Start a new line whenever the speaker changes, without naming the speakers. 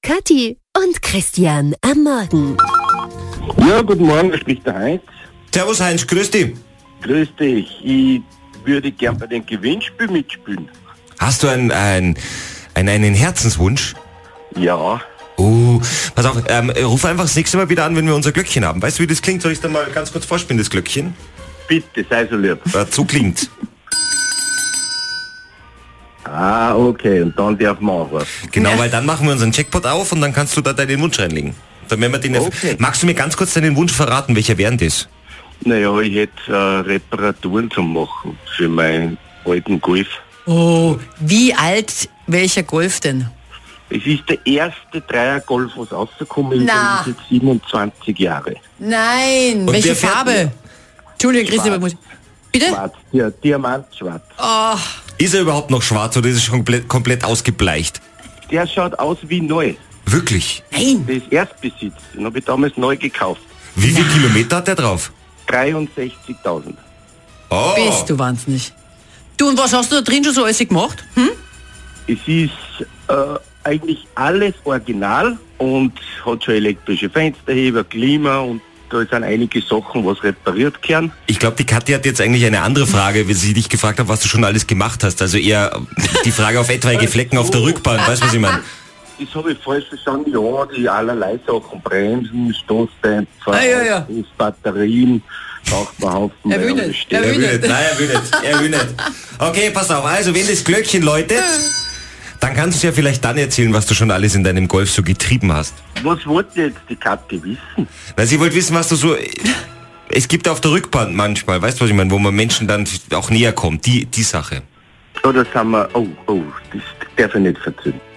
Kathi und Christian am Morgen.
Ja, guten Morgen, da spricht der Heinz.
Servus Heinz, grüß dich.
Grüß dich. Ich würde gern bei dem Gewinnspiel mitspielen.
Hast du ein, ein, ein, einen Herzenswunsch?
Ja,
Oh, pass auf, ähm, ruf einfach das nächste Mal wieder an, wenn wir unser Glöckchen haben. Weißt du, wie das klingt? Soll ich dann mal ganz kurz vorspielen, das Glöckchen?
bitte, sei so lieb.
Äh, so klingt.
Ah, okay, und dann darf man anrufen.
Genau, weil dann machen wir unseren Checkpot auf und dann kannst du da deinen Wunsch reinlegen. Dann werden wir den
Okay.
Magst du mir ganz kurz deinen Wunsch verraten, welcher wären das?
Naja, ich hätte äh, Reparaturen zu machen für meinen alten Golf.
Oh, wie alt welcher Golf denn?
Es ist der erste Dreier-Golf, was rausgekommen ist.
Na.
und ist jetzt 27 Jahre.
Nein,
Und
welche
wer fährt
Farbe?
denn?
Entschuldigung, Christian,
Schwarz.
muss- bitte?
Schwarz, ja, Diamant schwarz.
Oh,
Ist er überhaupt noch schwarz oder ist er schon komplett, komplett ausgebleicht?
Der schaut aus wie neu.
Wirklich?
nein.
Der ist Erstbesitz. Den habe ich damals neu gekauft.
Wie viel Kilometer hat der drauf?
63.000.
Oh,
Bist du wahnsinnig. Du, und was hast du da drin schon so alles gemacht? Hm?
Es ist äh, eigentlich alles original und hat schon elektrische Fensterheber, Klima und da sind einige Sachen, was repariert werden.
Ich glaube, die Kathi hat jetzt eigentlich eine andere Frage, wenn sie dich gefragt hat, was du schon alles gemacht hast. Also eher die Frage auf etwaige Flecken auf der Rückbahn, weißt du, was ich meine?
Das habe ich falsch verstanden. Ja, die allerlei Sachen, Bremsen, Stoßdämpfer,
Ah, ja, ja.
Batterien, Nachbarhaufen.
Er will nicht, er will
Er will nicht, nein, er will nicht, er will nicht. Okay, pass auf, also wenn das Glöckchen läutet, dann kannst du es ja vielleicht dann erzählen, was du schon alles in deinem Golf so getrieben hast.
Was wollte jetzt die Katte wissen?
Weil sie wollte wissen, was du so... Es gibt auf der Rückbahn manchmal, weißt du, was ich meine, wo man Menschen dann auch näher kommt, die, die Sache.
Ja, das haben wir, oh, oh, das darf ich nicht verzünden.